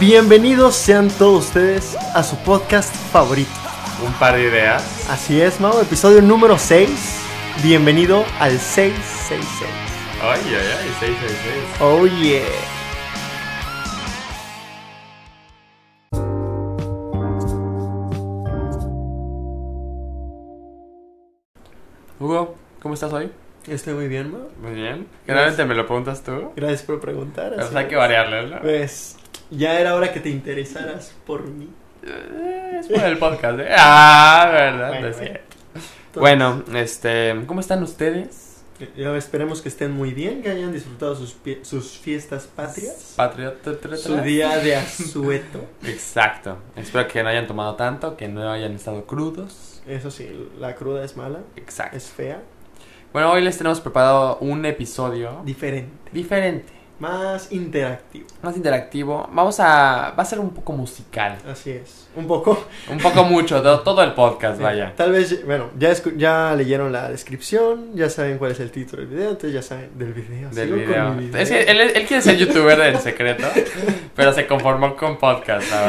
Bienvenidos sean todos ustedes a su podcast favorito. Un par de ideas. Así es, Mau, episodio número 6. Bienvenido al 666. Ay, ay, ay, 666. Oh yeah. Hugo, ¿cómo estás hoy? Estoy muy bien, Mau. Muy bien. Pues- Generalmente me lo preguntas tú. Gracias por preguntar. Pero así hay que es. variarle, ¿no? Pues ya era hora que te interesaras por mí. Eh, Es por el podcast, ¿eh? Ah, verdad. Bueno, es que- bueno. Bueno, este, ¿cómo están ustedes? Eh, eh, Esperemos que estén muy bien, que hayan disfrutado sus, pie- sus fiestas patrias. Patriota. tra- tra- Su tra- día de asueto. Exacto. Espero que no hayan tomado tanto, que no hayan estado crudos. Eso sí, la cruda es mala, Exacto. es fea, Bueno, hoy les tenemos preparado un episodio diferente, diferente, más interactivo. más interactivo. Vamos a, va a ser un poco musical, Así es. Un poco. un poco mucho, to- todo el podcast, vaya. Tal vez, bueno, ya, escu- ya leyeron la descripción, ya saben cuál es el título del video, entonces ya saben del video. del Sigo con video. mi video. Es que él, él quiere ser youtuber en secreto, pero se conformó con podcast, la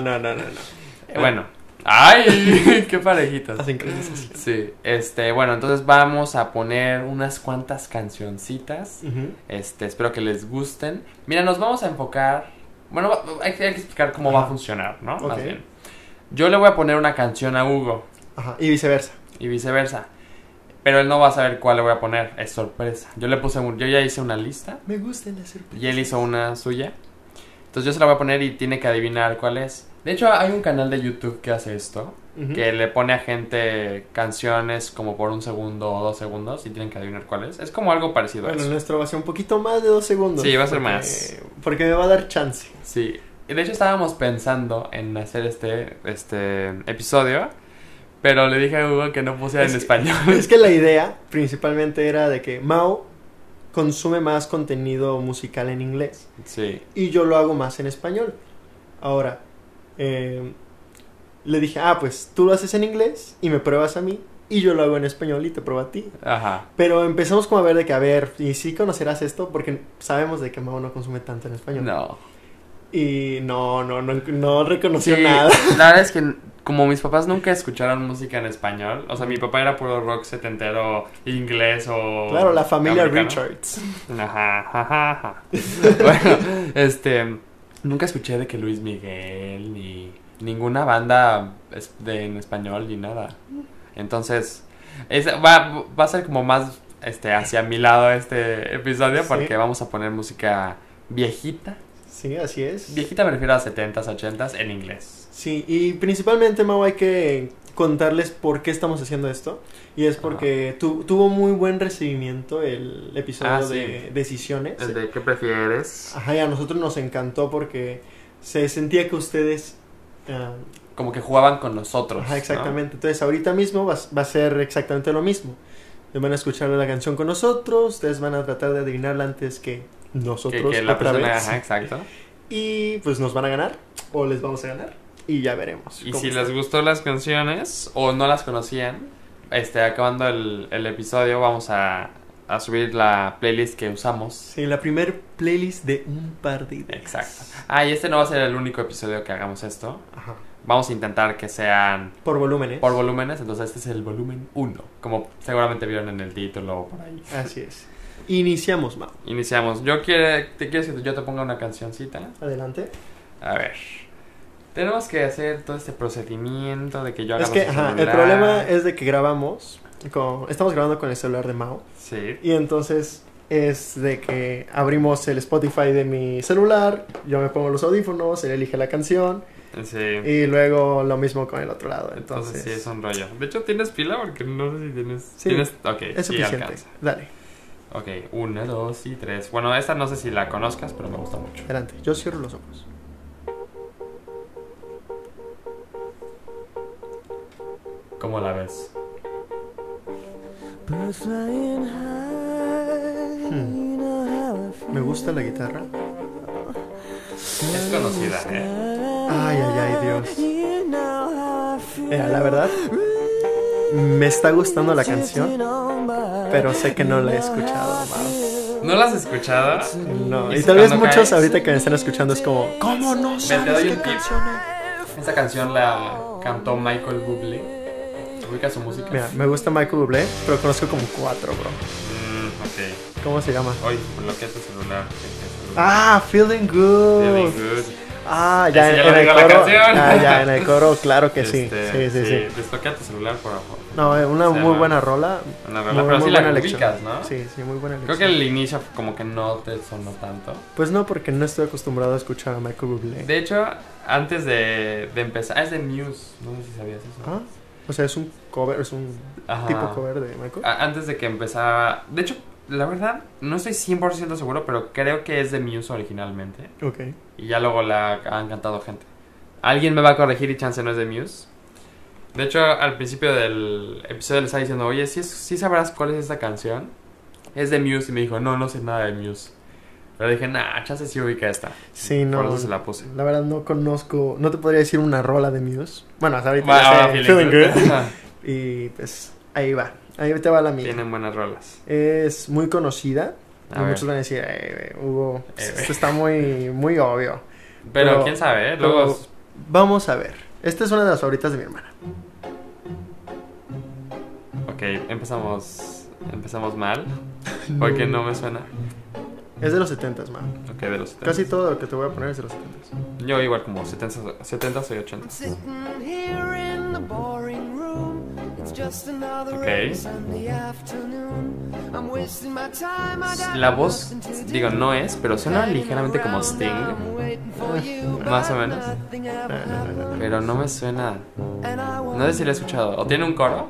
No, no, no, no, no. Eh, Bueno, ay, qué parejitas. Hacen cosas así. Sí, este, bueno, entonces vamos a poner unas cuantas cancioncitas. Ujú. Este, espero que les gusten. Mira, nos vamos a enfocar. Bueno, va- hay, que hay que explicar cómo va a Ajá. funcionar, ¿no? Ok. Más bien. Yo le voy a poner una canción a Hugo Ajá, y viceversa. y viceversa. Pero él no va a saber cuál le voy a poner. Es sorpresa. Yo le puse un- yo ya hice una lista Me gustan las sorpresas. y él hizo una suya. Entonces yo se la voy a poner y tiene que adivinar cuál es. De hecho, hay un canal de YouTube que hace esto, Ujú. que le pone a gente canciones como por un segundo o dos segundos y tienen que adivinar cuál es. Es como algo parecido a Bueno, eso. nuestro va a ser un poquito más de dos segundos. Sí, va a ser porque- más. Porque me va a dar chance. Sí. Y De hecho estábamos pensando en hacer este, este episodio, pero le dije a Hugo que no pusiera Es en que- español. Es que la idea principalmente era de que Mao consume más contenido musical en inglés Sí. y yo lo hago más en español. Ahora, eh, le dije, ah, pues tú lo haces en inglés y me pruebas a mí y yo lo hago en español y te pruebo a ti. Ajá. Pero empezamos como a ver de que, a ver, y sí conocerás esto porque sabemos de que Mao no consume tanto en español. No. Y no, no, no, no Sí, reconoció la nada. verdad es que como mis papás nunca escucharon música en español, o sea, mi papá era puro rock setentero inglés o... Claro, la familia americano. Richards. Ajá, ajá, ajá. bueno, este... Nunca escuché de que Luis Miguel ni ninguna banda es- de, en español ni nada. Entonces, es- va, va a ser como más este, hacia mi lado este episodio Sí. porque vamos a poner música viejita. Sí, así es. Viejita me refiero a 70s, 80s en inglés. Sí, y principalmente, Mau, hay que contarles por qué estamos haciendo esto. Y es porque tu- tuvo muy buen recibimiento el episodio Ah, sí. de decisiones. de qué prefieres? Ajá, y a nosotros nos encantó porque se sentía que ustedes... ah, como que jugaban con nosotros. ajá, exactamente. Entonces, ahorita mismo va, va a ser exactamente lo mismo. Van a escuchar la canción con nosotros, ustedes van a tratar de adivinarla antes que ¿no? Que- nosotros Que, la otra persona, vez. ajá, exacto. Y pues nos van a ganar o les vamos a ganar y ya veremos. Y cómo si está. les gustó las canciones o no las conocían, este, acabando el, el episodio vamos a, a subir la playlist que usamos. Sí, la primer playlist de un par de ideas. Exacto. Ah, y este no va a ser el único episodio que hagamos esto. Ajá. Vamos a intentar que sean Por ¿eh? volúmenes. por volúmenes, entonces este es el volumen 1, como seguramente vieron en el título o por ahí. Así es. Iniciamos, Mau. Iniciamos. Yo quiere, ¿Te quieres que yo te ponga una cancioncita? Adelante. A ver. Tenemos que hacer todo este procedimiento de que yo haga es que con ajá, el celular. problema es de que grabamos. Con, estamos grabando con el celular de Mao. Sí. Y entonces es de que abrimos el Spotify de mi celular. Yo me pongo los audífonos, él elige la canción. Sí. Y luego lo mismo con el otro lado. Entonces Entonces, sí, es un rollo. De hecho, ¿tienes pila? Porque no sé si tienes... Sí. ¿Tienes? Ok, sí es suficiente. alcanza. Dale, Ok, una, dos y tres. Bueno, esta no sé si la conozcas, pero me gusta mucho. adelante. Yo cierro los ojos. ¿Cómo la ves? Birds flying high, Hmm. you know how I feel. Me gusta la guitarra. Es conocida, ¿eh? Ay, ay, ay, Dios. You know how I feel. Mira, la verdad, me está gustando la canción. Dancing on by. pero sé que no la he You know how escuchado, I Mau. feel. ¿No las has escuchado? No, ¿Y y tal vez cuando muchos caes? ahorita que me están escuchando es como, ¿cómo no te sabes doy qué un tip. canción es?". Esta canción la cantó Michael Bublé. ¿Ubica su música? Mira, me gusta Michael Bublé, pero conozco como cuatro, bro. Mm, ok. ¿Cómo se llama? Hoy, bloquea tu celular. bloquea tu celular. Ah, Feeling Good. Feeling good. Ah, Ese ya, en, ya lo en el dijo la coro. canción. Ah, ya, en el coro, claro que sí. Este, sí, sí, sí. Desbloquea tu celular, por favor. No, eh, una O sea, muy buena rola. Una rola, Muy, pero muy sí buena la elección. ubicas, ¿no? Sí, sí, muy buena Creo elección. que el inicio como que no te sonó tanto. Pues no, porque no estoy acostumbrado a escuchar a Michael Bublé. De hecho, antes de, de empezar, ah, es de Muse, no sé si sabías eso. Ah, o sea, es un cover, es un Ajá. Ah. tipo cover de Michael. A- Antes de que empezara, de hecho, la verdad, no estoy 100% seguro, pero creo que es de Muse originalmente. Ok. Y ya luego la han cantado gente. Alguien me va a corregir y chance no es de Muse. De hecho, al principio del episodio le estaba diciendo, oye, ¿sí, es- sí sabrás cuál es esta canción? Es de Muse. Y me dijo, no, no sé nada de Muse. Pero dije, nah, chance sí ubica esta. Sí, no. Por eso se la puse. La verdad no conozco, no te podría decir una rola de Muse. Bueno, hasta ahorita Va, ya sé, ahora Feeling Good. Ajá. Y pues ahí va, ahí te va la mía. Tienen buenas rolas. Es muy conocida. A y ver. muchos van a decir, "Ay, güey, Hugo, Eh, esto está muy, muy obvio. Pero, Pero- quién sabe, ¿eh? pero- luego es- Vamos a ver. Esta es una de las favoritas de mi hermana. Ok, empezamos. Empezamos mal. Porque no me suena. Es de los 70s, man. Ok, de los 70. Casi todo lo que te voy a poner es de los 70s. Yo igual como 70, 70 y 80. I'm sitting here in the boring room. It's just another Okay. Sunday afternoon. I'm wasting my time. I got Oh. La voz, nothing to do. digo, no es, pero suena ligeramente como Sting. Ah, I'm waiting for you, Más o but menos. nothing ever No, no, no, no. Pero no me suena. happened, and I No sé si won't. lo he escuchado. ¿O tiene un coro?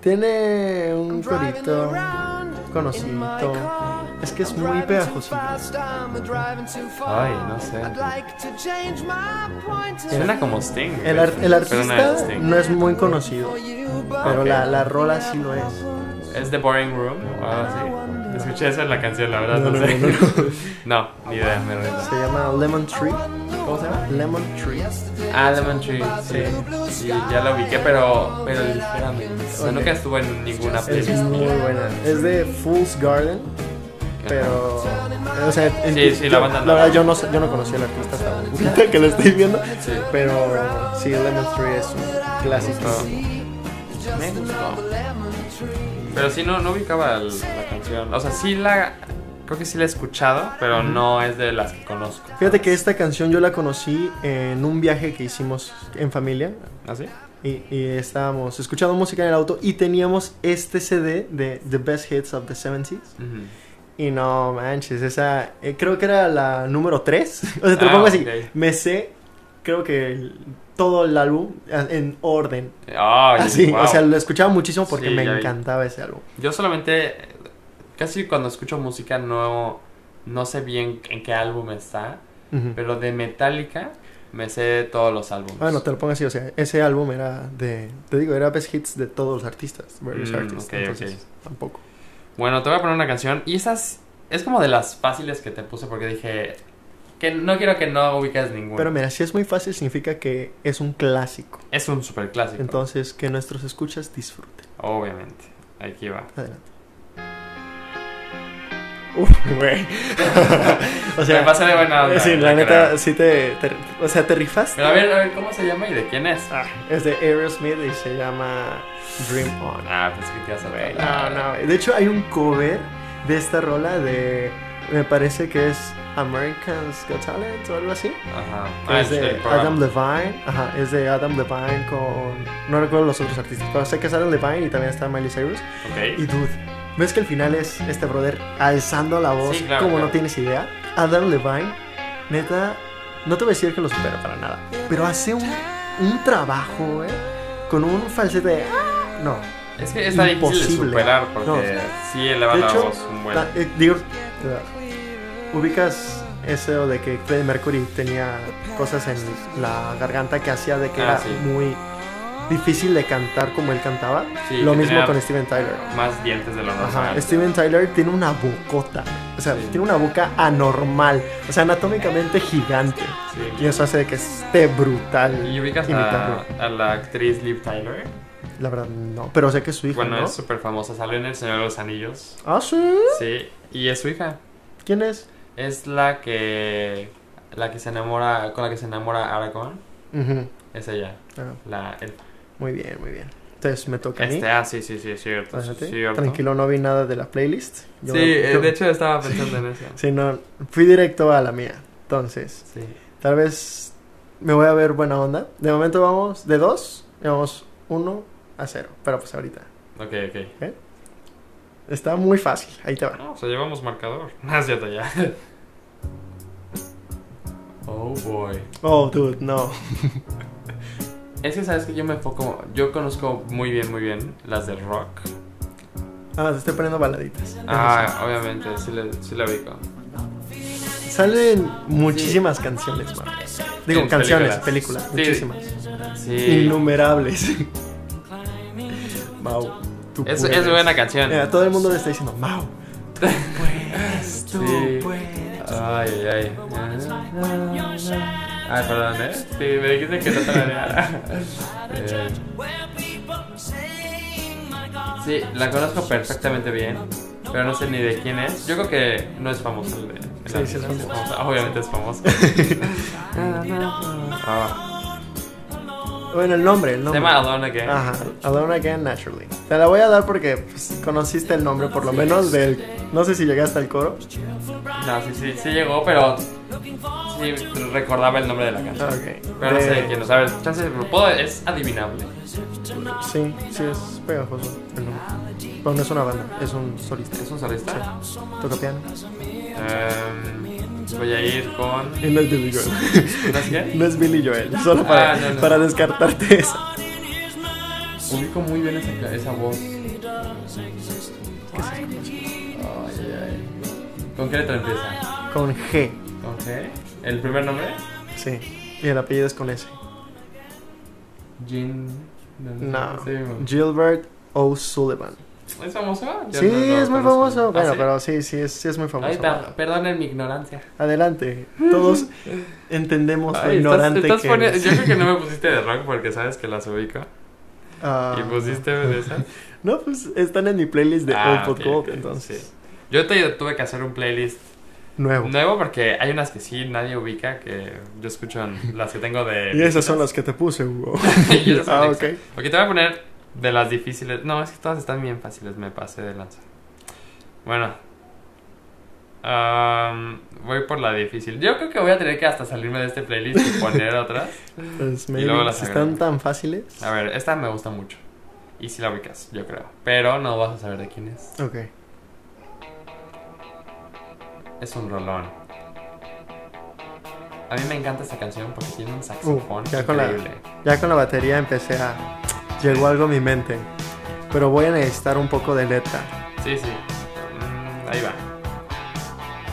Tiene I'm un driving corito around in my conocido. car. Es que es I'm muy driving too pegajosito. fast, I'm driving too far. Ay, no sé. I'd like to change my point of Suena view como Sting. El, ar- el pero no es artista Sting. no es muy conocido, for you, but pero Ok. la, la rola sí lo es. ¿Es The Boring Room? o algo así. Escuché esa en la canción, la verdad, no, No, no, sé. no, No, ni idea, me rindo. Se llama Lemon Tree. ¿Cómo se llama? Lemon Tree. Ah, Lemon Tree, sí. Sí, ya la ubiqué, pero, pero ligeramente. O sea, Ok. nunca estuvo en ninguna Es playlist. muy buena. Es de Fool's Garden, pero. O sea, en- Sí, sí, la banda no. verdad, yo no, sé- yo no conocía al artista hasta ahorita que lo estoy viendo. Sí. Pero sí, Lemon Tree es un clásico. Me gustó. Pero sí, no, no ubicaba el- la canción. O sea, sí la. Creo que sí la he escuchado, pero no es de las que conozco. Fíjate que esta canción yo la conocí en un viaje que hicimos en familia. ¿Así? Y, y estábamos escuchando música en el auto y teníamos este CD de The Best Hits of the 70s. Y no manches, esa eh, creo que era la número 3. O sea, te lo Ah, pongo así. ok. Me sé, creo que el- todo el álbum eh, en orden. Ay, así, wow. o sea, lo escuchaba muchísimo porque Sí, me ya vi. encantaba ese álbum. Yo solamente. eh, Casi cuando escucho música no. No sé bien en qué álbum está. Ujú. Pero de Metallica me sé todos los álbumes. Bueno, Ah, te lo pongo así, o sea, ese álbum era de, te digo, era Best Hits de todos los artistas, various Mm, artists, ok, entonces ok. tampoco. Bueno, te voy a poner una canción. Y esas. Es como de las fáciles que te puse porque dije. Que no quiero que no ubicas ninguna. Pero mira, si es muy fácil significa que es un clásico, Es un super clásico. entonces que nuestros escuchas disfruten. Obviamente. Aquí va. Adelante. Uf, güey. o Me pasé de buena onda, Sí, la la neta, creo. sí te, te- O sea, te rifaste. Pero a ver, a ver, ¿cómo se llama y de quién es? Ah, es de Aerosmith y se llama Dream On. Ah, pensé que te ibas a Güey, ver. No, no. De hecho, hay un cover de esta rola de. Me parece que es Americans Got Talent o algo así. Ajá. Ah, Es de el programa. Adam Levine. Ajá, es de Adam Levine con. No recuerdo los otros artistas, pero sé que es Adam Levine y también está Miley Cyrus. Ok. Y dude, ¿ves que al final es este brother alzando la voz Sí, claro, como claro. no tienes idea? Adam Levine, neta, no te voy a decir que lo supera para nada, pero hace un, un trabajo, güey, con un falsete de... "Ah", No, Es que está difícil de Imposible. superar porque No. sí eleva De la hecho, voz un buen. ta- eh, digo, eh, ubicas eso de que Freddie Mercury tenía cosas en la garganta que hacía de que Ah, era sí. muy difícil de cantar como él cantaba. Sí, Lo que mismo tenía- con Steven Tyler. Más dientes de lo normal. Ajá, este Steven Tyler tiene una bocota. O sea, Sí. tiene una boca anormal. O sea, anatómicamente gigante. Sí. Y eso hace de que esté brutal. Y ubicas imitarlo. a, a la actriz Liv Tyler. La verdad, no. Pero sé que es su hija, Bueno, ¿no? es súper famosa. Salió en El Señor de los Anillos. Ah, sí. Sí, y es su hija. ¿Quién es? Es la que. La que se enamora. Con la que se enamora Aragorn. Ujú. Es ella. Ah, La elfa. muy bien, muy bien. Entonces me toca a mí. Este, ah, sí, sí, sí, es cierto. sí, Adelante. es cierto. Tranquilo, no vi nada de la playlist. Yo- sí, eh, yo- de hecho estaba pensando en eso. Sí, no, fui directo a la mía. Entonces, Sí. tal vez me voy a ver buena onda. De momento vamos de 2, vamos 1 a 0. Pero pues ahorita. Ok, ok. Está muy fácil, ahí te va. No, o sea, llevamos marcador. No es cierto ya. Oh boy. Oh, dude, no. Es que sabes que yo me enfoco. Yo conozco muy bien, muy bien las de rock. Ah, te estoy poniendo baladitas. Ah, obviamente, sí, le, sí la ubico. Salen muchísimas canciones, man. Digo, Sí, canciones, películas, películas. muchísimas. Sí. Innumerables. Mau, tú Es, puedes. es buena canción. Mira, todo el mundo le está diciendo, Mau, Sí. Ay, ay, ay. Ay, perdón, ¿eh? Sí, me dijiste que no te la eh, Sí, la conozco perfectamente bien, pero no sé ni de quién es. Yo creo que no es famoso. El, el Sí, sí es artista, famoso. Obviamente es famoso. Ah, Bueno, el nombre, el se nombre. llama Alone Again. Ajá, Alone Again Naturally. Te la voy a dar porque pues, conociste el nombre, por lo menos del. No sé si llegaste al coro. No, sí, sí, sí llegó, pero sí recordaba el nombre de la Ah, canción. ok. Pero no sé De- de quién, no sabes. Chance, pero puedo- es adivinable. Sí, sí, es pegajoso el nombre. Bueno, no es una banda, es un solista. ¿Es un solista? Toca piano. Em, voy a ir con. Y no es Billy Joel. ¿No es quién? No es Billy Joel, solo para, Ah, no, no. para descartarte esa. Ubico muy bien esa, esa voz. Ay, ay, ay. ¿Con qué letra empieza? Con G, ¿Con qué? ¿El primer nombre? sí. Y el apellido es con S. Jean. No. No. sé, sí, Gilbert O'Sullivan. ¿Es famoso? Yo Sí, no lo es muy conozco. famoso. ¿Ah, Bueno, sí? pero sí, sí es, sí es muy famoso. Ay, per- perdonen mi ignorancia. Adelante, todos entendemos lo Ay, estás- ignorante estás que poni- eres. Yo creo que no me pusiste de rock porque sabes que las ubico. Ah, y pusiste de esas. No, pues están en mi playlist de Ah, Old Pod ok, Gold, ok, entonces. sí. Yo te, tuve que hacer un playlist Nuevo. nuevo porque hay unas que sí nadie ubica, que yo escucho en las que tengo de... Y esas son las que te puse, Hugo. Y esas son ah, las ok. que- Ok, te voy a poner de las difíciles. No, es que todas están bien fáciles, me pasé de lanza. Bueno. Am, voy por la difícil. Yo creo que voy a tener que hasta salirme de este playlist y poner otras. Pues me luego las están agrego. tan fáciles. A ver, esta me gusta mucho. Y si la ubicas, yo creo. Pero no vas a saber de quién es. Ok. Es un rolón. A mí me encanta esta canción porque tiene un Uh, saxofón ya con la- increíble. Ya con la batería empecé a. Llegó algo a mi mente. Pero voy a necesitar un poco de letra. Sí, sí. Mm, ahí va.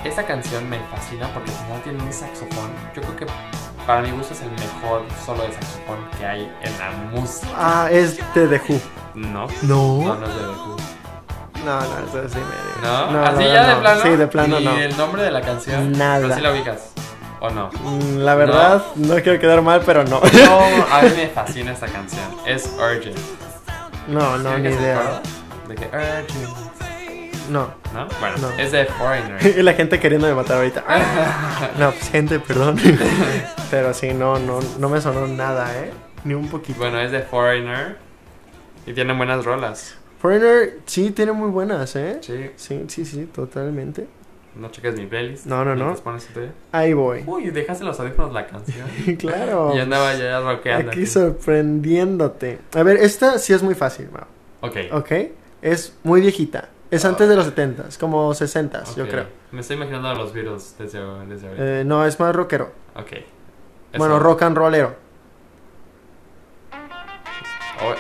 Esta canción me fascina porque al final tiene un saxofón. Yo creo que para mi gusto es el mejor solo de saxofón que hay en la música. Ah, es de The Who. No. No, No. no es de The Who. No, no, eso es de medio. ¿No? No, ¿Así la ya verdad de no. plano? Sí, de plano Ni no. el nombre de la canción. Nada. Pero sí la ubicas. ¿O no? Mm, La verdad, no. quiero quedar mal, pero no. No, a mí me fascina esta canción. Es Urgent. No, no, ¿Sí ni ubicas el idea. coro? De que Urgent. No. ¿No? Bueno, No. es de Foreigner. Y la gente queriéndome matar ahorita. Ah, No, pues gente, perdón. Pero sí, no, no, no me sonó nada, ¿eh? Ni un poquito. Bueno, es de Foreigner. Y tiene buenas rolas. Foreigner sí tiene muy buenas, ¿eh? Sí. Sí, sí, sí, totalmente. No cheques mi playlist. No, no, no. Mientras pones el tuyo. Ahí voy. Uy, dejaste los audífonos la canción. claro. Pues, Y andaba ya rockeando. Aquí sorprendiéndote. A ver, esta sí es muy fácil, Mau, Ok. ¿ok? Es muy viejita. Es antes de los 70s, como 60s, ok. Oh, yo creo. Me estoy imaginando a los Beatles desde, desde ahorita. Eh, no, es más rockero. ok. Eso. Eh, Bueno, rock and rollero. Oh,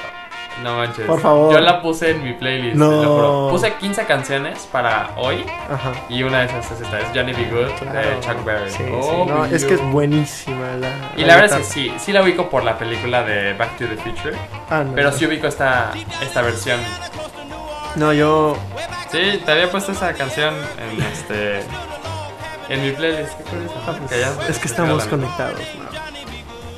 no manches. Por favor. Yo la puse en mi playlist. No. te lo juro. Puse 15 canciones para hoy. Ajá. Y una de esas es esta. Es Johnny B. Good Claro. de Chuck Berry. Sí, sí, Oh, no, es que es you. buenísima la. Y la guitarra. verdad es que sí, sí la ubico por la película de Back to the Future, Ah, no, pero no. sí ubico esta, esta versión. No, yo. Sí, te había puesto esa canción en este en mi playlist. Qué curioso, porque ya- Es que no estamos la- conectados, Mau.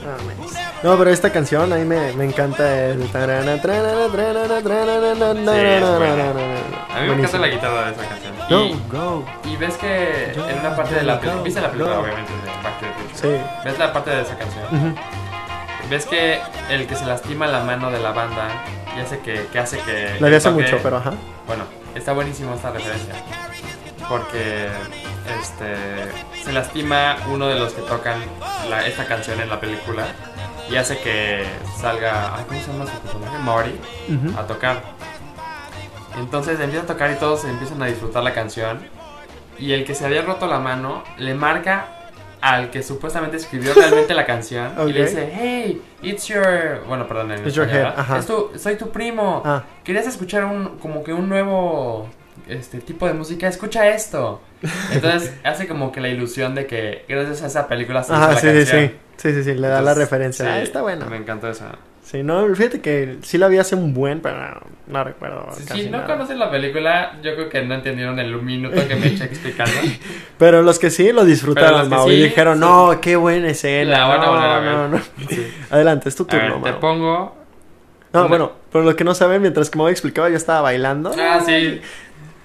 No, mames. No, pero esta canción a mí me, me encanta el... tarana, tranana, tranana, tranana, tranana, A mí me encanta Buenísimo. la guitarra de esa canción. Go, Y, go. y ves que en una parte de la película. ¿Viste la película, obviamente, de Back to the Future? Sí. ¿Ves la parte de esa canción? Ujú. ¿Ves que el que se lastima la mano de la banda y hace que, que hace que... La vi hace el toque- mucho, pero ajá. Bueno, está buenísimo esta referencia. Porque este, se lastima uno de los que tocan la- esta canción en la película y hace que salga... ay, ¿Cómo se llama su personaje? Mori Ujú. a tocar. Entonces empieza a tocar y todos empiezan a disfrutar la canción. Y el que se había roto la mano le marca al que supuestamente escribió realmente la canción y le Ok. dice, hey, it's your... Bueno, perdón, en It's your español, head, ¿verdad? ajá. "Es tu- soy tu primo. Ah, ¿Querías escuchar un como que un nuevo este tipo de música? Escucha esto. Entonces hace como que la ilusión de que gracias a esa película se ajá, hizo sí, la sí, canción. sí. Sí, sí, sí, le da la Entonces, referencia. sí, Ah, está bueno. Me encantó esa. Sí, no, fíjate que sí la vi hace un buen, pero no, no recuerdo Si, casi si no nada. conocen la película, yo creo que no entendieron el minuto que me eché explicando. Pero los que sí lo Pero disfrutaron, los que Mau, sí, y dijeron, sí. no, qué buena escena. La van a no, volver a ver. no, no. Sí. Adelante, es tu A ver, turno, te Mau. pongo. No, una- bueno, pero lo que no saben, mientras que Mau explicaba, yo estaba bailando. Ah, sí.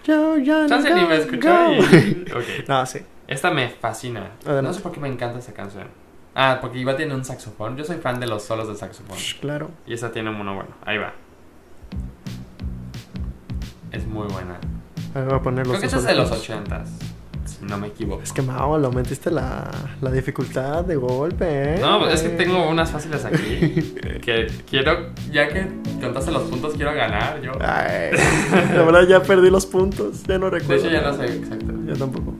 Yo, yo, Chance ni go, me escuchó. go. y- ok. No, sí. Esta me fascina. Adelante. No sé por qué me encanta esa canción. Ah, porque igual tiene un saxofón. Yo soy fan de los solos de saxofón. Psh, Claro. Y esa tiene uno bueno. Ahí va. Es muy buena. A ver, voy a poner los Creo que dos esta es de los audífonos. 80s. Si no me equivoco. Es que, Mau, le aumentaste la, la dificultad de golpe, ¿eh? No, pues es que tengo unas fáciles aquí. Que quiero, ya que contaste los puntos, quiero ganar yo. Ay, la verdad ya perdí los puntos, ya no De recuerdo. hecho, ya no sé exacto. Yo tampoco.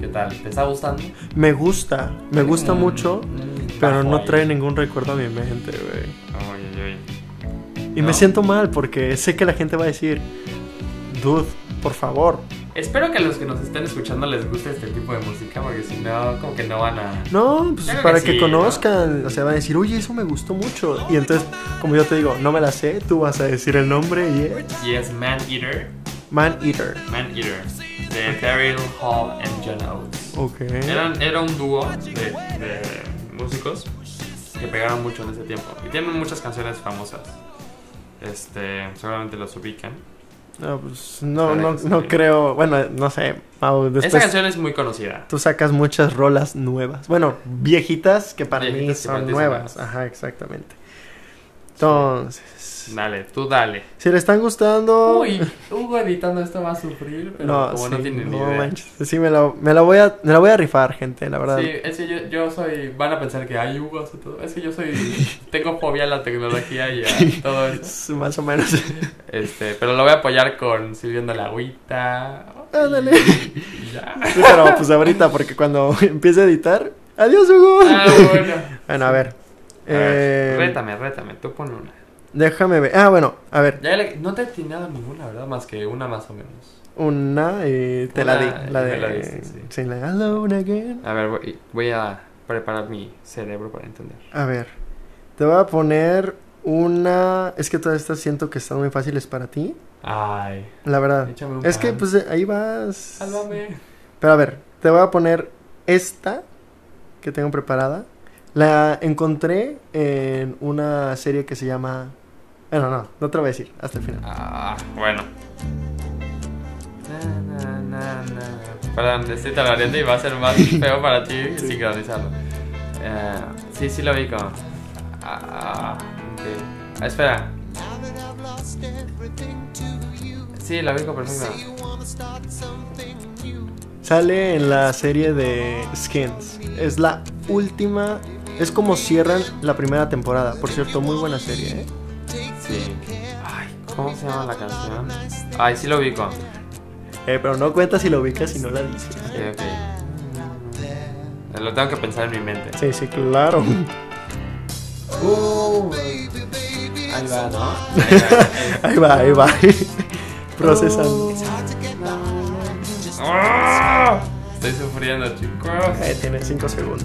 ¿Qué tal? ¿Te está gustando? Me gusta, me gusta Como un- mucho, un pero bajo no ahí. trae ningún recuerdo a mi mente, güey. Oye, oye. Y No. me siento mal porque sé que la gente va a decir, dude, por favor. Espero que a los que nos estén escuchando les guste este tipo de música, porque si no, como que no van a. No, pues Yo creo para que que, sí, conozcan, o sea, van a decir, oye, eso me gustó mucho. Y entonces, como yo te digo, no me la sé, tú vas a decir el nombre y es Y es Man Eater, Man Eater. Man Eater, de Daryl Hall and John Oates. Ok. Eran, era un dúo de, de músicos que pegaron mucho en ese tiempo. Y tienen muchas canciones famosas. Este, seguramente los ubican. No, pues no, Para no, que se no vea. creo, bueno, no sé, Mau, Esa después canción es muy conocida. tú sacas muchas rolas nuevas. Bueno, viejitas que para mí Viejitas que para son ti son nuevas. nuevas. Ajá, exactamente. Entonces, Dale, tú dale. si le están gustando... Uy, Hugo editando esto va a sufrir, pero no, como sí, no tiene ni no idea. manches, sí, me la, me la voy a, me la voy a rifar, gente, la verdad. Sí, es que yo, yo soy. Van a pensar que hay Hugo hace todo. Es que yo soy. Tengo fobia a la tecnología y a todo eso. Es Más o menos. Este, pero lo voy a apoyar con sirviendo la agüita. Ándale. Y ya. Sí, pero pues ahorita, porque cuando empiece a editar... ¡Adiós, Hugo! Ah, bueno. Bueno, a ver. A ver, eh, rétame, rétame. Tú pon una. déjame ver. Ah, bueno, a ver. Ya le- no te he atinado ninguna, ¿verdad? Más que una más o menos. Una y te la Una di. y La me de. la diste, sí. sí, la de Alone Again. A ver, voy, voy a preparar mi cerebro para entender. A ver. Te voy a poner una. Es que todas estas siento que están muy fáciles para ti. Ay, La verdad. échame un Es que pan. pues eh, ahí vas. Sálvame. Pero a ver, te voy a poner esta que tengo preparada. La encontré en una serie que se llama. Bueno, no, no te lo voy a decir hasta el final. Ah, bueno. Na, na, na, na. Perdón, estoy tarareando y va a ser más feo para ti sincronizarlo. Eh, sí, sí lo vi como. Ah, ok. Ah, espera. Sí, la ubico perfecto. Sale en la serie de Skins. Es la última. Es como cierran la primera temporada. Por cierto, muy buena serie, ¿eh? Sí. Ay, ¿cómo se llama la canción? Ay, sí lo ubico. Eh, pero no cuenta si lo ubicas y no la dices. Sí, ok. Lo tengo que pensar en mi mente. Sí, sí, claro. Uh, ahí va, eh. ¿no? Ahí Ahí va. va, ahí va. Procesando. ¡Ah! Estoy sufriendo, chicos. Eh, tiene 5 segundos.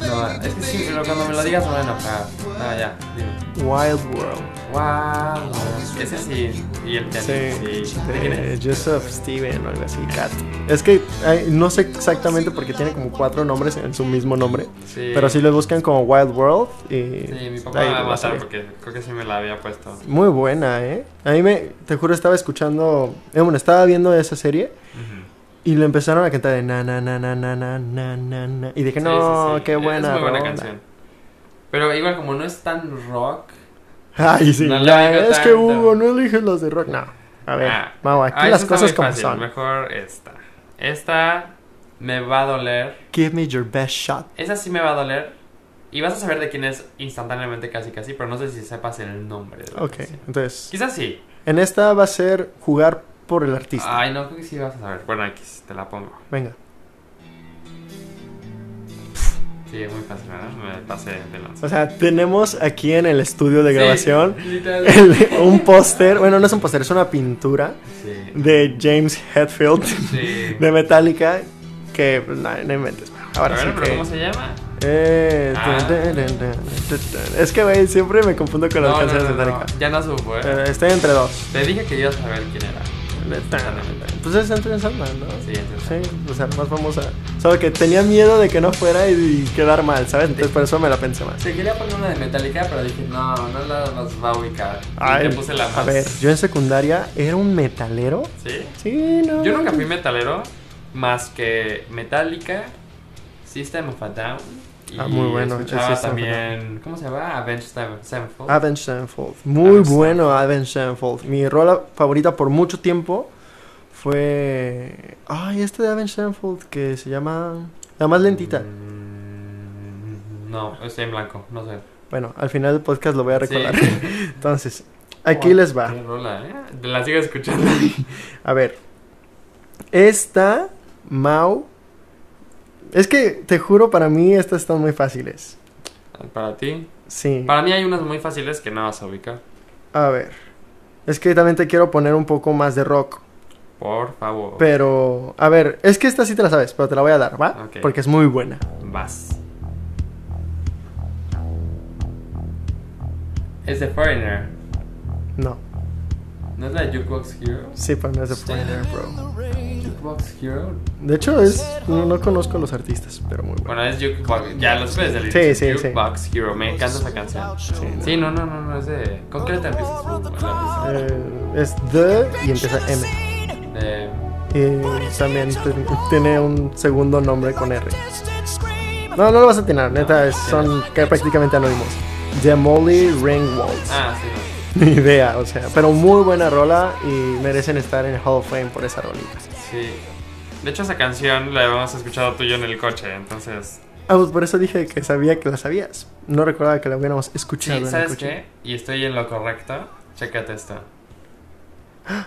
No, No, es que sí, pero cuando me lo digas me voy a enojar. No, ya, dime. Wild World. Wow. Ese sí. Y el piano. Sí. ¿De quién de es? Joseph Steven o algo así, Cat. Es que ay, no sé exactamente porque tiene como cuatro nombres en su mismo nombre. Sí. Pero si lo buscan como Wild World. Y Sí, mi papá ahí me va a va a matar salir. porque creo que sí me la había puesto. Muy buena, ¿eh? A mí me, te juro, estaba escuchando, eh, bueno, estaba viendo esa serie Ujú. y le empezaron a cantar de na na na na na na na na na y dije, Sí, no, sí, sí. qué buena, Es muy buena rola". canción. Pero igual, como no es tan rock. Ay, sí, No le ya, digo es tanto. que Hugo, no eliges los de rock, no. A ver, Ah, vamos, aquí ah, las esta está cosas muy como fácil, son. Mejor esta. Esta me va a doler. Give me your best shot. Esa sí me va a doler. Y vas a saber de quién es instantáneamente casi casi, pero no sé si sepas el nombre de la Ok, canción. entonces, Quizás sí. en esta va a ser jugar por el artista. Ay, no, creo que sí vas a saber. Bueno, aquí sí te la pongo. Venga, Sí, es muy fácil, ¿verdad? Me pasé de lanza. o sea, tenemos aquí en el estudio de Sí, grabación literal. el- un póster, bueno, no es un póster, es una pintura Sí. de James Hetfield. Sí. de Metallica que pues, no, no inventes. bueno, Ahora a sí ver, pero que- ¿cómo se llama? Eh, Ah. tun, tun, tun, tun, tun. Es que güey, siempre me confundo con las No, no, canciones no, de no, Metallica. Ya no supo, Pero ¿eh? estoy entre dos. Te dije que ibas a saber quién era. Exactamente. Pues es entre Sandman, ¿no? Sí, entre Sí, o sea, la más famosa. Solo que tenía miedo de que no fuera y, y quedar mal, ¿sabes? Entonces por eso me la pensé más. Se quería poner una de Metallica, pero dije, no, no la vas va a ubicar. Y Ay, te puse la más. a ver, yo en secundaria era un metalero. ¿Sí? Sí, no. Yo nunca fui metalero más que Metallica, System of a Down. Y Ah, muy bueno, Escuchaba el System of a Ah, también, ¿cómo se llama? Avenged Seven- Sevenfold. Avenged Sevenfold. Muy Avenged bueno Avenged Sevenfold. Mi rola favorita por mucho tiempo fue... Ay, este de Avenged Sevenfold que se llama... La más lentita. Mm, No, estoy en blanco, no sé. Bueno, al final del podcast lo voy a Sí. recordar. Entonces, aquí Oh, les va. Qué rola, ¿eh? Te La sigo escuchando. A ver. Esta, Mau... Es que, te juro, para mí estas están muy fáciles. Para ti. Sí. Para mí hay unas muy fáciles que no vas a ubicar. A ver. Es que también te quiero poner un poco más de rock. Por favor. Pero, a ver, es que esta sí te la sabes, pero te la voy a dar, ¿va? Ok. Porque es muy buena. Vas. Es The Foreigner. No, ¿No es la Jukebox Hero? sí, pero no es de Foreigner, bro. Jukebox Hero. De hecho, es, no, no conozco los artistas, pero muy buena. Bueno, es Jukebox. Ya lo sabes del Sí, inicio, sí, sí. Jukebox Hero. Me encanta esa canción. Sí, no, no, no, no es de. ¿Con qué letra empiezas tú? Con la Eh, es The y empieza M. empieza- de- Y también te- tiene un segundo nombre con R. No, no lo vas a atinar, neta, es- son que prácticamente anónimos. Demoli Ringwald. Ah, sí, no. Ni idea, o sea, pero muy buena rola y merecen estar en el Hall of Fame por esa rolita. Sí. De hecho, esa canción la habíamos escuchado tú y yo en el coche, entonces. Ah, pues por eso dije que sabía que la sabías. No recordaba que la hubiéramos escuchado Sí, en el ¿sabes coche. qué? Y estoy en lo correcto. Chécate esto.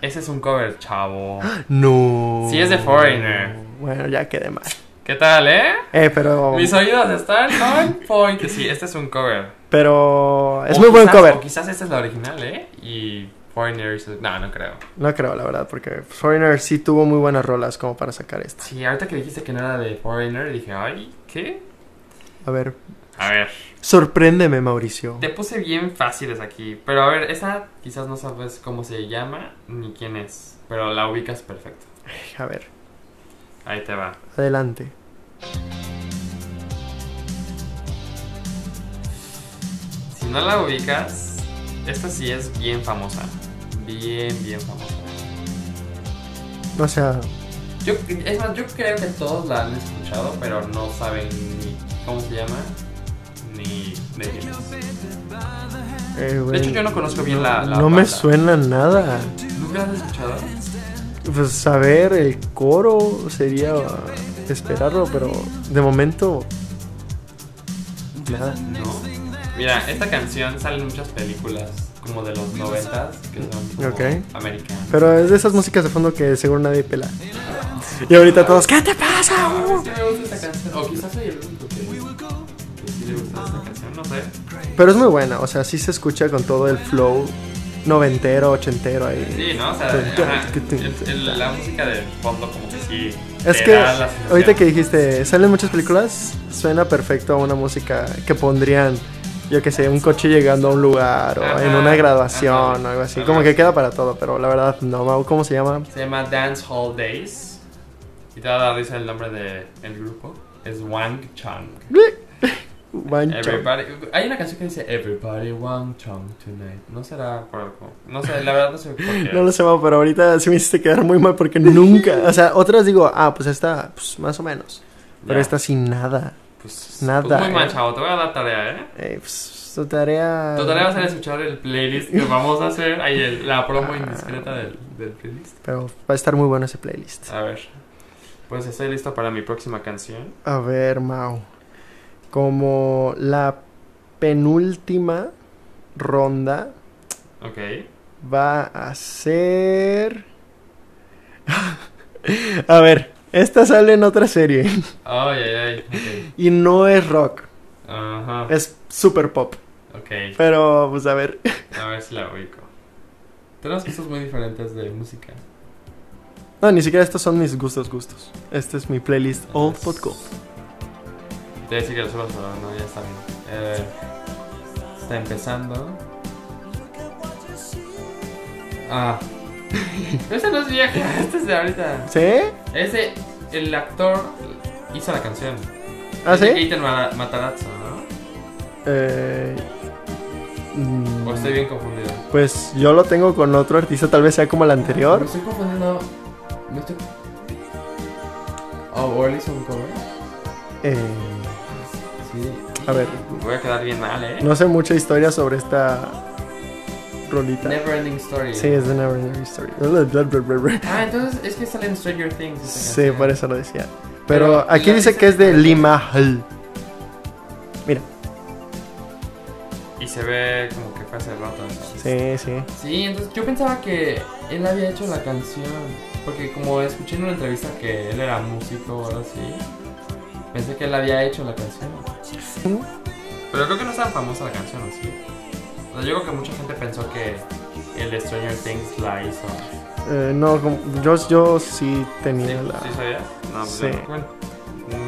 Ese es un cover, chavo. No. Sí, es de Foreigner. Bueno, ya quedé mal. ¿Qué tal, eh? Eh, pero. Mis oídos están on point. Sí, este es un cover. Pero. Es O muy buen quizás- cover. O quizás esta es la original, eh. Y Foreigner is- No, no creo. No creo, la verdad, porque Foreigner sí tuvo muy buenas rolas como para sacar esta. Sí, ahorita que dijiste que no era de Foreigner, dije, ay, ¿qué? A ver. A ver, Sorpréndeme, Mauricio. te puse bien fáciles aquí, pero a ver, esta quizás no sabes cómo se llama ni quién es, pero la ubicas perfecto. A ver, Ahí te va. adelante. Si no la ubicas, esta sí es bien famosa. Bien, bien famosa. O sea, Yo, es más, yo creo que todos la han escuchado, pero no saben ni cómo se llama, ni de quién es. eh, De güey, hecho, yo no conozco bien la... la no me banda. suena nada. ¿Nunca la has escuchado? Pues saber el coro sería esperarlo, pero de momento. Nada. No. Mira, esta canción sale en muchas películas como de los noventas que son como Ok. americanas. Pero es de esas músicas de fondo que seguro nadie pela. Y ahorita todos, ¿qué te pasa? Ah, sí me gusta esta canción. O quizás soy el único que, que sí le gusta esta canción, no sé. Pero es muy buena, o sea, sí se escucha con todo el flow noventero, ochentero ahí. Sí, ¿no? O sea, ajá, el- el- la música de fondo como que sí Es Te que da la sensación. ahorita que dijiste, salen muchas películas, suena perfecto a una música que pondrían, yo que sé, un coche llegando a un lugar o Ajá, en una graduación ajá, o algo así. ajá. Como que queda para todo, pero la verdad no, Mau, ¿cómo se llama? Se llama Dance Hall Days. Y te va a dar risa el nombre del grupo. Es Wang Chung. Wancho. Everybody, hay una canción que dice Everybody Wang Chung tonight. No será por algo. No sé, la verdad no sé por qué. No lo sé, Mau, pero ahorita sí me hiciste quedar muy mal porque nunca, o sea, otras digo, ah, pues esta, pues más o menos, pero Ya, esta sin nada. Pues, nada, pues muy mal, eh. chavo. Te voy a dar tarea, ¿eh? Eh, pues, tu tarea... Tu tarea va a ser escuchar el playlist que vamos a hacer. Ahí el- la promo Ah. indiscreta del, del playlist. Pero va a estar muy bueno ese playlist. A ver. Pues estoy listo para mi próxima canción. A ver, Mau. Como la penúltima ronda Ok. va a ser. a ver, esta sale en otra serie. Ay, ay, ay. Y no es rock, ok. Ajá. es super pop. Ok. Pero, pues a ver. A ver si la ubico. Tenemos gustos muy diferentes de música. No, ni siquiera estos son mis gustos, gustos. Este es mi playlist Old Es- Pot Gold. Te decía que lo subas, pero no, ya está bien. Eh, está empezando. Ah. Esa no es vieja, esta es de ahorita. ¿Sí? Es de. El actor hizo la canción. ¿Ah, Es de sí? Keaton Ma- Matarazzo, ¿no? Eh, mm, O estoy bien confundido. Pues yo lo tengo con otro artista, tal vez sea como el Me anterior. estoy confundiendo. Me estoy. Oh, ¿o él hizo un cover? Eh, Sí. A ver. Voy a quedar bien mal, ¿eh? No sé mucha historia sobre esta rolita. Never Ending Story. Sí, es de Never Never Story. Bla, bla, bla, bla, bla. Ah, entonces es que sale en Stranger Things. esa Sí, canción. por eso lo decía. Pero, Pero aquí ¿la dice dice? que es de Lima Hall. Mira, Y se ve como que fue hace rato. entonces. sí, sí. Sí, entonces yo pensaba que él había hecho la canción. Porque como escuché en una entrevista que él era músico o algo así, pensé que él había hecho la canción. Pero creo que no es tan famosa la canción, ¿o ¿sí? O sea, yo creo que mucha gente pensó que el de Stranger Things la hizo. Eh, no, como- yo, yo sí ¿Sí, tenía la... ¿Sí sabías? No, pues Sí. yo no. Bueno,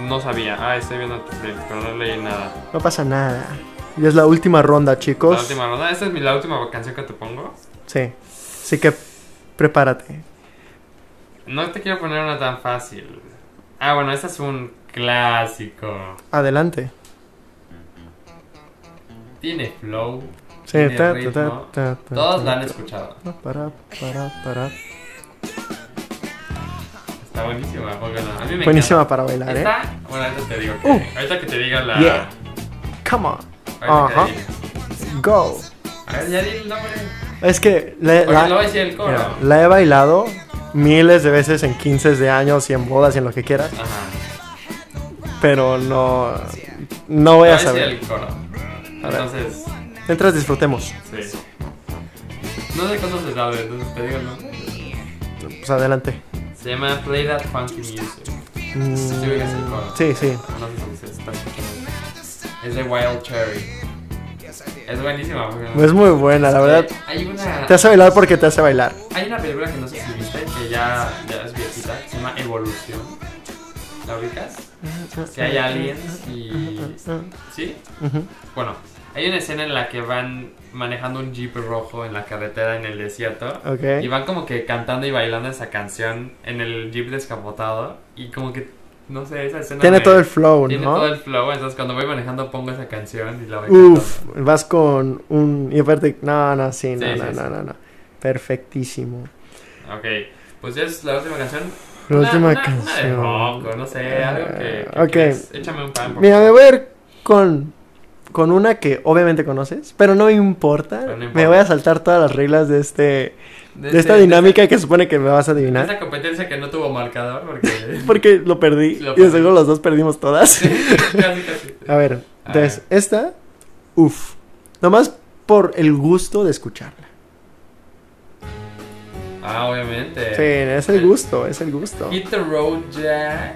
no sabía. Ah, estoy viendo tu clip, pero no leí nada. No pasa nada. Y es la última ronda, chicos. La última ronda. ¿Esta es mi- la última canción que te pongo? Sí. Así que prepárate. No te quiero poner una tan fácil. Ah, bueno, este es un clásico. Adelante. Tiene flow. Sí, Tiene ta, ta, ritmo. ta, ta, ta, Todos ta, la han ta. escuchado. Para, para, para. Está buenísima, póngala. A mí me Buenísima encanta. para bailar, ¿eh? Está, bueno, ahorita te digo que, Uh. ahorita que te diga la... Yeah. Come on, ahorita que Ajá. te diga. go. A ver, ya di el nombre. Es que la, Porque la- lo voy a decir el coro. mira, la he bailado miles de veces en 15 de años y en bodas y en lo que quieras, Ajá. pero no no voy Te a decir saber. el coro. Entonces, Mientras disfrutemos, sí. No sé cuánto se sabe, entonces te digo el nombre. pues adelante. Se llama Play That Funky Music. Mm, Sí, ubicas el coro. sí, sí. No sé si se está escuchando. Es de Wild Cherry. Es buenísima. porque- Es muy buena, la verdad. Hay una, Te hace bailar porque te hace bailar. hay una película que no sé si viste, que ya, ya es viejita, que se llama Evolución. ¿La ubicas? Que hay aliens y... ¿Sí? Ujú. Bueno, hay una escena en la que van manejando un jeep rojo en la carretera en el desierto. Y Ok. van como que cantando y bailando esa canción en el jeep descapotado. Y como que, no sé, esa escena... Tiene me- todo el flow, Tiene todo ¿no? el flow, entonces cuando voy manejando pongo esa canción y la voy Uf, vas con un y aparte no, no, sí, no, Sí, no, sí, no, sí. no, no. Perfectísimo. cantando. Ok, pues ya es la última canción. La Una- última una- canción. Una de rock, o no sé, algo que... que Ah, ok. quieras. Échame un pan. por Mira, me favor. voy a ir con, con una que obviamente conoces, pero no importa. Pero no importa. Me voy a saltar todas las reglas de este de este- esta dinámica que supone que me vas a De adivinar. esta competencia que no tuvo marcador porque... Porque lo perdí Lo y de perdí. seguro los dos perdimos todas. casi, casi. Ah, A ver, A entonces, esta, uff, nomás por el gusto de escucharla. Ah, obviamente. Sí, es el el- gusto, es el gusto. Hit the road, Jack.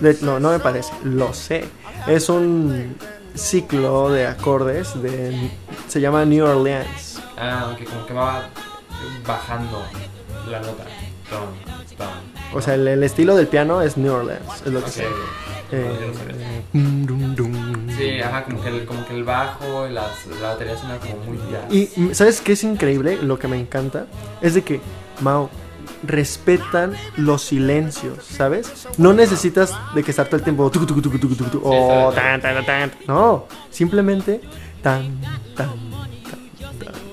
de- no, no me parece, lo sé. Es un ciclo de acordes de... Se llama New Orleans. Ah, que como que va bajando la nota. Tom, tom. O sea, el, el estilo del piano es New Orleans, es lo que Ok. sé. yo Eh, no sabía. dum, dum, dum. Sí, ajá, como que el, como que el bajo y las- la batería suena como muy jazz. Y mm, ¿sabes qué es increíble? Lo que me encanta es de que, Mao, respetan los silencios, ¿sabes? No necesitas de que estar todo el tiempo tucu, tucu, tucu, tucu, tucu, tucu, o está bien. tan, tan, tan. No, simplemente tan, tan.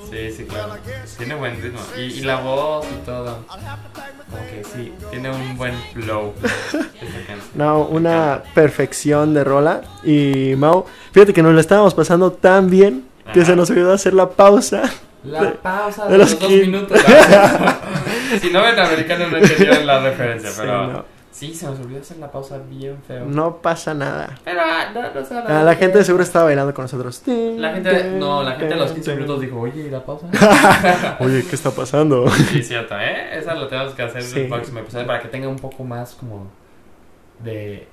Sí, sí, claro. Tiene buen ritmo. Y, y la voz y todo. Como que sí, tiene un buen flow esta canción. No, una perfección de rola. Y Mao, fíjate que nos lo estábamos pasando tan bien que se nos olvidó hacer la pausa. La pausa de de los los dos que- minutos. ¿sabes? si no ven americano no entendieron la referencia, Sí, pero... no, Sí, se nos olvidó hacer la pausa bien feo. no pasa nada. Pero ah, no, no se Ah, La gente de seguro estaba bailando con nosotros. La gente... No, la gente a los 15 minutos dijo, oye, ¿y la pausa? Ah, Oye, ¿qué está pasando? Sí, cierto, ¿eh? Esa lo tenemos que hacer Sí. en el próximo episodio para que tenga un poco más como de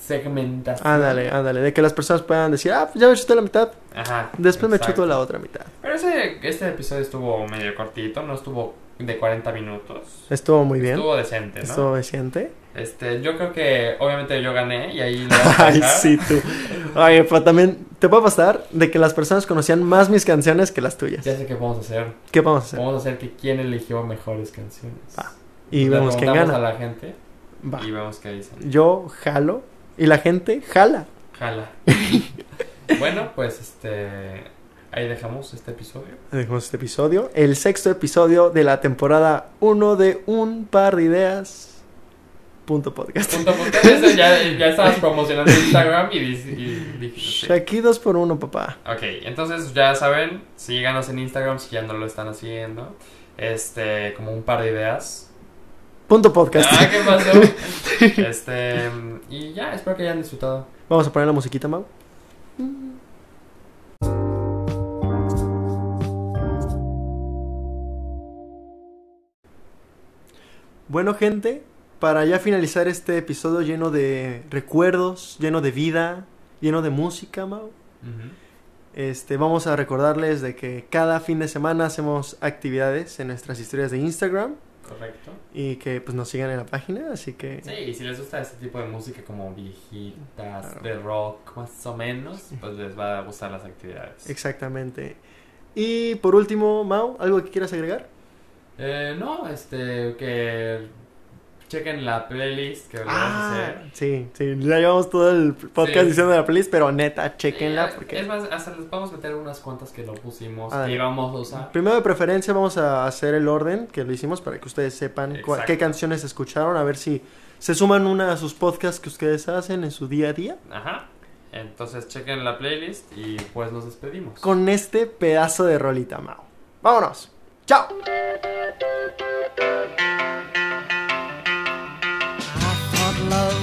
segmentación. Ándale, ándale, de que las personas puedan decir, ah, pues ya me chuté la mitad, Ajá. después me exacto. chuto la otra mitad. Pero ese, este episodio estuvo medio cortito, no estuvo de 40 minutos. Estuvo muy bien, Estuvo decente, ¿no? estuvo decente. Este, yo creo que obviamente yo gané y ahí lo voy a Ay, dejar. sí, tú. Ay, pero también te puede pasar de que las personas conocían más mis canciones que las tuyas. Ya sé qué vamos a hacer. ¿Qué vamos a hacer? Vamos a hacer que quién eligió mejores canciones. Va. Y Le vemos quién preguntamos gana. a la gente Va. y vemos qué dicen. Yo jalo y la gente jala. Jala. bueno, pues este ahí dejamos este episodio. Dejamos este episodio, el sexto episodio de la temporada 1 de Un Par de Ideas. Punto podcast. Punto, punto. Eso ya, ya estabas promocionando Instagram y, dice- y dijiste. Aquí dos por uno, papá. Ok, entonces ya saben, síganos en Instagram si ya no lo están haciendo. Este, como un par de ideas. Punto podcast. Ah, ¿qué pasó? Este, y ya, espero que hayan disfrutado. Vamos a poner la musiquita, Mau. Bueno, gente, para ya finalizar este episodio lleno de recuerdos, lleno de vida, lleno de música, Mau. Este, vamos a recordarles de que cada fin de semana hacemos actividades en nuestras historias de Instagram Correcto. y que pues nos sigan en la página, así que Sí, y si les gusta este tipo de música como viejitas, de rock, más o menos, pues les va a gustar las actividades. exactamente. Y por último, Mau, ¿algo que quieras agregar? Eh, no, este, que chequen la playlist que vamos Ah, a hacer. sí, sí, ya llevamos todo el podcast Sí. diciendo de la playlist, pero neta, chequenla Sí, porque Eh, Ah, Es más, hasta les vamos a meter unas cuantas que lo pusimos Ándale. que íbamos a usar. primero de preferencia vamos a hacer el orden que lo hicimos para que ustedes sepan cua- Exacto. qué canciones escucharon, a ver si se suman una a sus podcasts que ustedes hacen en su día a día Ajá. Entonces chequen la playlist y pues nos despedimos. con este pedazo de rolita, Mao. Vámonos. Chao. I thought love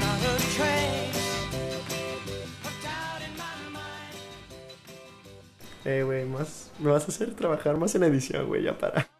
not a trace of doubt in my mind. Eh, güey, más me vas a hacer trabajar más en edición, güey, ya para.